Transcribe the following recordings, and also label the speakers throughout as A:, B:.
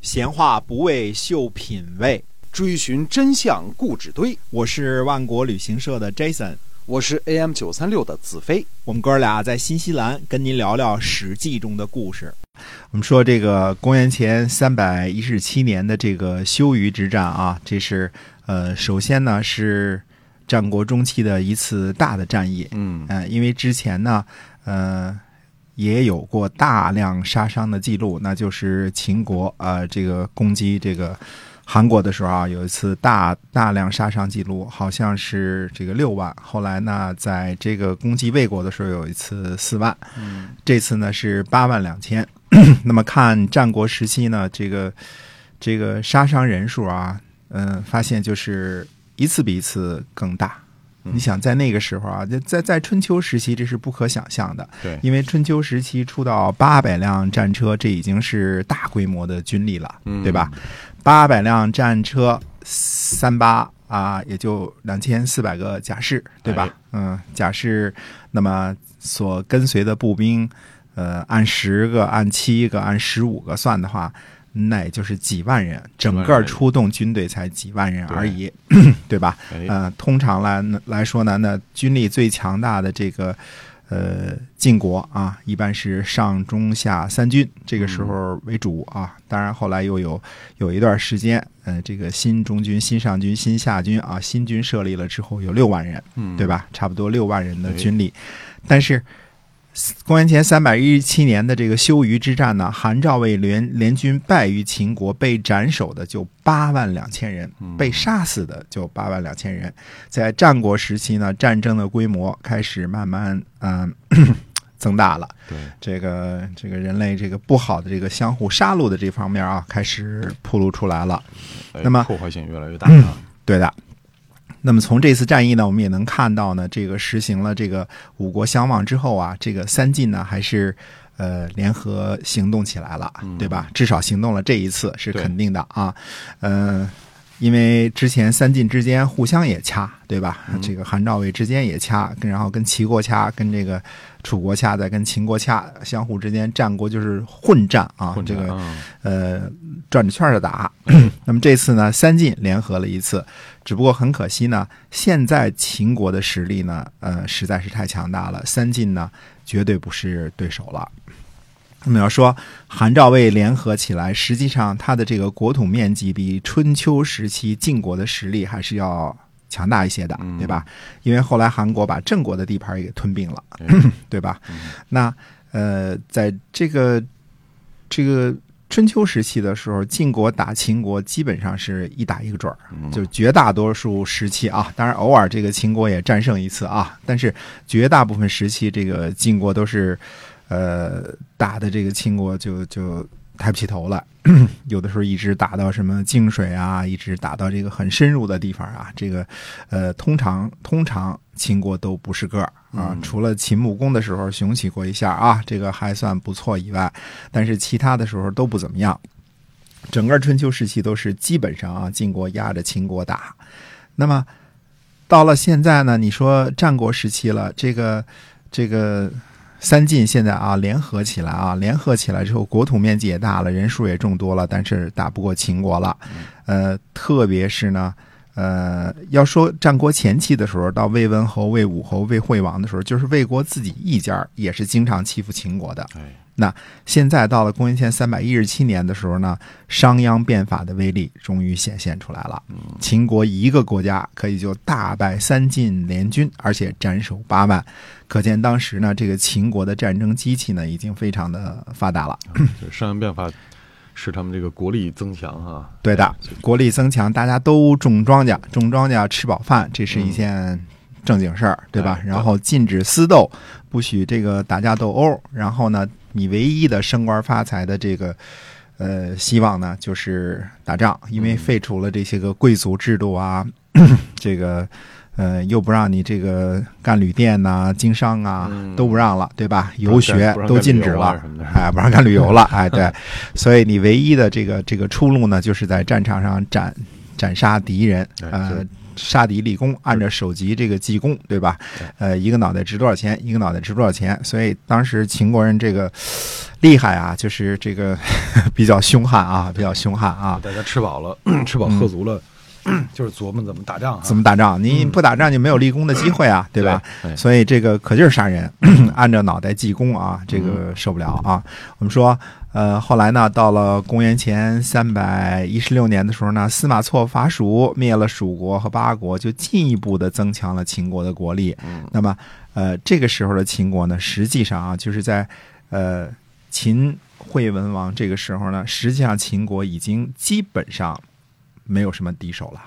A: 闲话不为秀品味，
B: 追寻真相故纸堆。
A: 我是万国旅行社的 Jason，
B: 我是 AM 九三六的子飞。
A: 我们哥俩在新西兰跟您聊聊《史记》中的故事。我们说这个公元前三百一十七年的这个修鱼之战啊，这是呃，首先呢是战国中期的一次大的战役。
B: 嗯
A: 嗯、因为之前呢，呃，也有过大量杀伤的记录，那就是秦国啊、呃这个攻击这个韩国的时候啊，有一次大大量杀伤记录，好像是这个六万。后来呢，在这个攻击魏国的时候，有一次四万。
B: 嗯
A: 这次呢是八万两千。 那么看战国时期呢，这个这个杀伤人数啊，嗯、发现就是一次比一次更大。
B: 嗯
A: 你想在那个时候啊，在在在春秋时期，这是不可想象的。
B: 对
A: 因为春秋时期出到八百辆战车，这已经是大规模的军力了，
B: 嗯
A: 对吧？八百辆战车，三八啊，也就两千四百个甲士，对吧？
B: 哎
A: 嗯，甲士，那么所跟随的步兵，呃，按十个、按七个、按十五个算的话，那也就是几万人，整
B: 几万
A: 个
B: 人
A: 出动军队才几万人而已， 对吧？
B: 哎，
A: 呃，通常来来说呢，那军力最强大的这个呃晋国啊，一般是上中下三军这个时候为主啊。当然后来又有有一段时间，呃，这个新中军、新上军、新下军啊，新军设立了之后有六万人，
B: 嗯
A: 对？吧？差不多六万人的
B: 哎
A: 军力，但是。公元前三百一十七年的这个修鱼之战呢，韩赵魏联联军败于秦国，被斩首的就八万两千人，
B: 嗯
A: 被杀死的就八万两千人。在战国时期呢，战争的规模开始慢慢嗯、 增大了。
B: 对，
A: 这个这个人类这个不好的这个相互杀戮的这方面啊，开始暴露出来了。
B: 哎
A: 那么嗯
B: 破坏性越来越大啊了。
A: 对的。那么从这次战役呢，我们也能看到呢，这个实行了这个五国相望之后啊，这个三晋呢还是呃联合行动起来了，
B: 嗯
A: 对吧？至少行动了这一次是
B: 对
A: 肯定的啊，呃。因为之前三晋之间互相也掐，对吧？
B: 嗯
A: 这个韩赵魏之间也掐，跟然后跟齐国掐，跟这个楚国掐，再跟秦国掐，相互之间战国就是混战啊，
B: 混
A: 这
B: 战
A: 个
B: 啊
A: 呃转着圈儿的打。那么这次呢，三晋联合了一次，只不过很可惜呢，现在秦国的实力呢，呃，实在是太强大了，三晋呢绝对不是对手了。那么要说韩赵魏联合起来，实际上它的这个国土面积比春秋时期晋国的实力还是要强大一些的，对吧？因为后来韩国把郑国的地盘儿也给吞并了，
B: 哎
A: 对吧？那呃，在这个这个春秋时期的时候，晋国打秦国基本上是一打一个准儿，
B: 嗯
A: 就绝大多数时期啊，当然偶尔这个秦国也战胜一次啊，但是绝大部分时期这个晋国都是呃打的这个秦国就就。抬不起头来，有的时候一直打到什么泾水啊，一直打到这个很深入的地方啊。这个，呃，通常通常秦国都不是个儿啊，
B: 嗯
A: 除了秦穆公的时候雄起过一下啊，这个还算不错以外，但是其他的时候都不怎么样。整个春秋时期都是基本上啊，晋国压着秦国打。那么到了现在呢，你说战国时期了，这个这个三晋现在啊联合起来啊，联合起来之后，国土面积也大了，人数也众多了，但是打不过秦国了。呃，特别是呢。呃，要说战国前期的时候，到魏文侯、魏武侯、魏惠王的时候，就是魏国自己一家儿也是经常欺负秦国的。
B: 哎，
A: 现在到了公元前三百一十七年的时候呢，商鞅变法的威力终于显现出来了。秦国一个国家可以就大败三晋联军，而且斩首八万，可见当时呢，这个秦国的战争机器呢已经非常的发达了。
B: 嗯这商鞅变法使他们这个国力增强啊。
A: 对的，国力增强，大家都种庄稼，种庄稼吃饱饭，这是一件正经事儿，对吧
B: 哎？对
A: 然后禁止私斗，不许这个打架斗殴。然后呢，你唯一的升官发财的这个呃希望呢，就是打仗，因为
B: 嗯
A: 废除了这些个贵族制度啊， 这个呃又不让你这个干旅店呐、经商啊、
B: 嗯
A: 都不让了，对吧？
B: 让
A: 游学
B: 干不让
A: 都
B: 干
A: 禁
B: 旅
A: 止
B: 游啊
A: 了
B: 什么的，
A: 哎，不让干旅游了，哎， 对。所以你唯一的这个这个出路呢，就是在战场上斩斩杀敌人，
B: 哎
A: 呃
B: 是，
A: 杀敌立功，按照首级这个计功，对吧？呃，一个脑袋值多少钱？一个脑袋值多少钱？所以当时秦国人这个厉害啊，就是这个 比较凶悍啊，比较凶悍啊。
B: 大家吃饱了， 吃饱喝足了， 就是琢磨怎么打仗啊，
A: 怎么打仗？你不打仗就没有立功的机会啊，对吧？
B: 对哎
A: 所以这个可劲儿杀 人，按照脑袋计功啊，这个
B: 嗯
A: 受不了啊。我们说，呃，后来呢，到了公元前三百一十六年的时候呢，司马错伐蜀，灭了蜀国和八国，就进一步的增强了秦国的国力。
B: 嗯
A: 那么，呃，这个时候的秦国呢，实际上啊，就是在呃秦惠文王这个时候呢，实际上秦国已经基本上没有什么敌手了。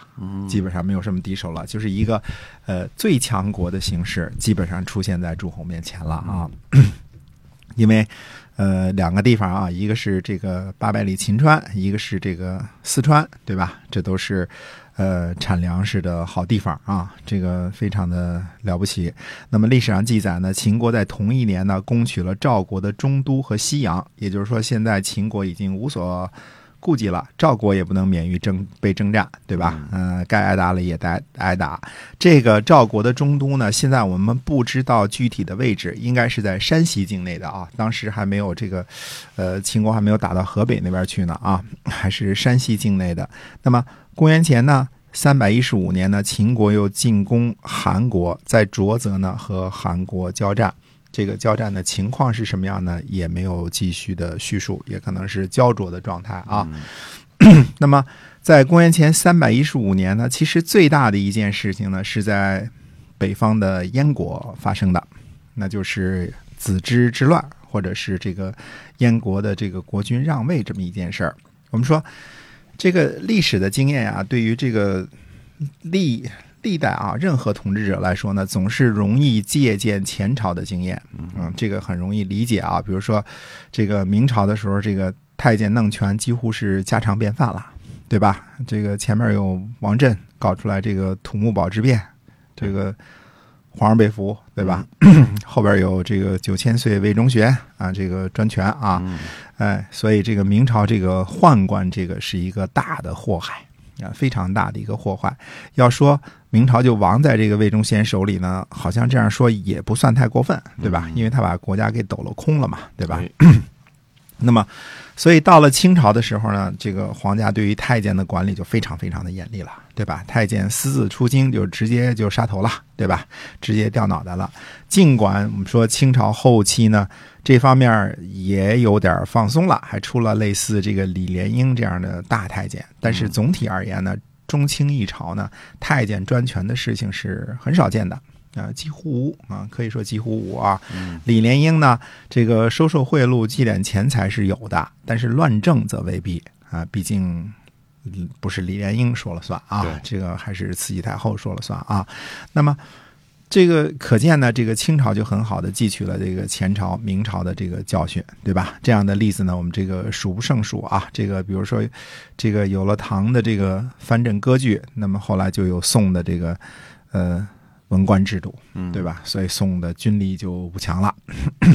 A: 基本上没有什么敌手了，就是一个呃最强国的形式，基本上出现在诸侯面前了啊。 因为呃两个地方啊，一个是这个八百里秦川，一个是这个四川，对吧？这都是呃产粮食的好地方啊，这个非常的了不起。那么历史上记载呢，秦国在同一年呢攻取了赵国的中都和西阳，也就是说，现在秦国已经无所顾忌了，赵国也不能免于征被征战，对吧？嗯、该挨打了也得挨打。这个赵国的中都呢，现在我们不知道具体的位置，应该是在山西境内的啊。当时还没有这个，呃，秦国还没有打到河北那边去呢啊， 还是山西境内的。那么公元前呢，三百一十五年呢，秦国又进攻韩国，在浊泽呢和韩国交战。这个交战的情况是什么样呢？也没有继续的叙述，也可能是焦灼的状态啊。那么，在公元前三百一十五年呢，其实最大的一件事情呢，是在北方的燕国发生的，那就是子之之乱，或者是这个燕国的这个国君让位这么一件事儿。我们说，这个历史的经验啊，对于这个历历代啊任何统治者来说呢，总是容易借鉴前朝的经验。嗯，这个很容易理解啊。比如说，这个明朝的时候，这个太监弄权几乎是家常便饭了，对吧？这个前面有王振搞出来这个土木堡之变，这个皇上被俘，对吧？ 后边有这个九千岁魏忠贤啊，这个专权啊，哎，所以这个明朝这个宦官这个是一个大的祸害啊，非常大的一个祸害。要说明朝就亡在这个魏忠贤手里呢，好像这样说也不算太过分，对吧？因为他把国家给抖了空了嘛，对吧？
B: 哎
A: 那么，所以到了清朝的时候呢，这个皇家对于太监的管理就非常非常的严厉了，对吧？太监私自出京就直接就杀头了，对吧？直接掉脑袋了。尽管我们说清朝后期呢，这方面也有点放松了，还出了类似这个李莲英这样的大太监，但是总体而言呢，中清一朝呢，太监专权的事情是很少见的。啊、几乎无啊，可以说几乎无啊。李莲英呢，这个收受贿赂、积敛钱财是有的，但是乱政则未必啊，毕竟。嗯不是李莲英说了算啊
B: 对，
A: 这个还是慈禧太后说了算啊。那么，这个可见呢，这个清朝就很好的汲取了这个前朝、明朝的这个教训，对吧？这样的例子呢，我们这个数不胜数啊。这个比如说，这个有了唐的这个藩镇割据，那么后来就有宋的这个呃文官制度，
B: 嗯
A: 对吧？所以宋的军力就不强了，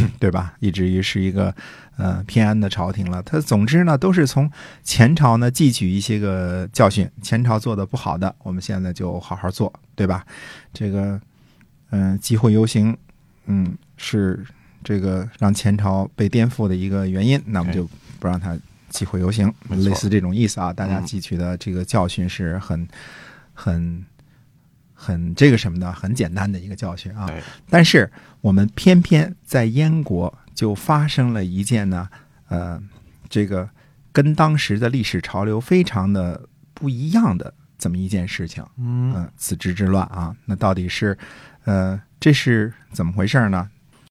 A: 对吧？以至于是一个呃偏安的朝廷了。它总之呢，都是从前朝呢汲取一些个教训，前朝做的不好的，我们现在就好好做，对吧？这个嗯、呃集会游行，嗯，是这个让前朝被颠覆的一个原因，那我们
B: 哎
A: 就不让它集会游行，
B: 没错
A: 类似这种意思啊。大家
B: 嗯
A: 汲取的这个教训是很很。很这个什么的，很简单的一个教训啊。
B: 哎
A: 但是我们偏偏在燕国就发生了一件呢，呃，这个跟当时的历史潮流非常的不一样的这么一件事情。
B: 嗯
A: 呃嗯，子之之乱啊，那到底是，呃，这是怎么回事呢？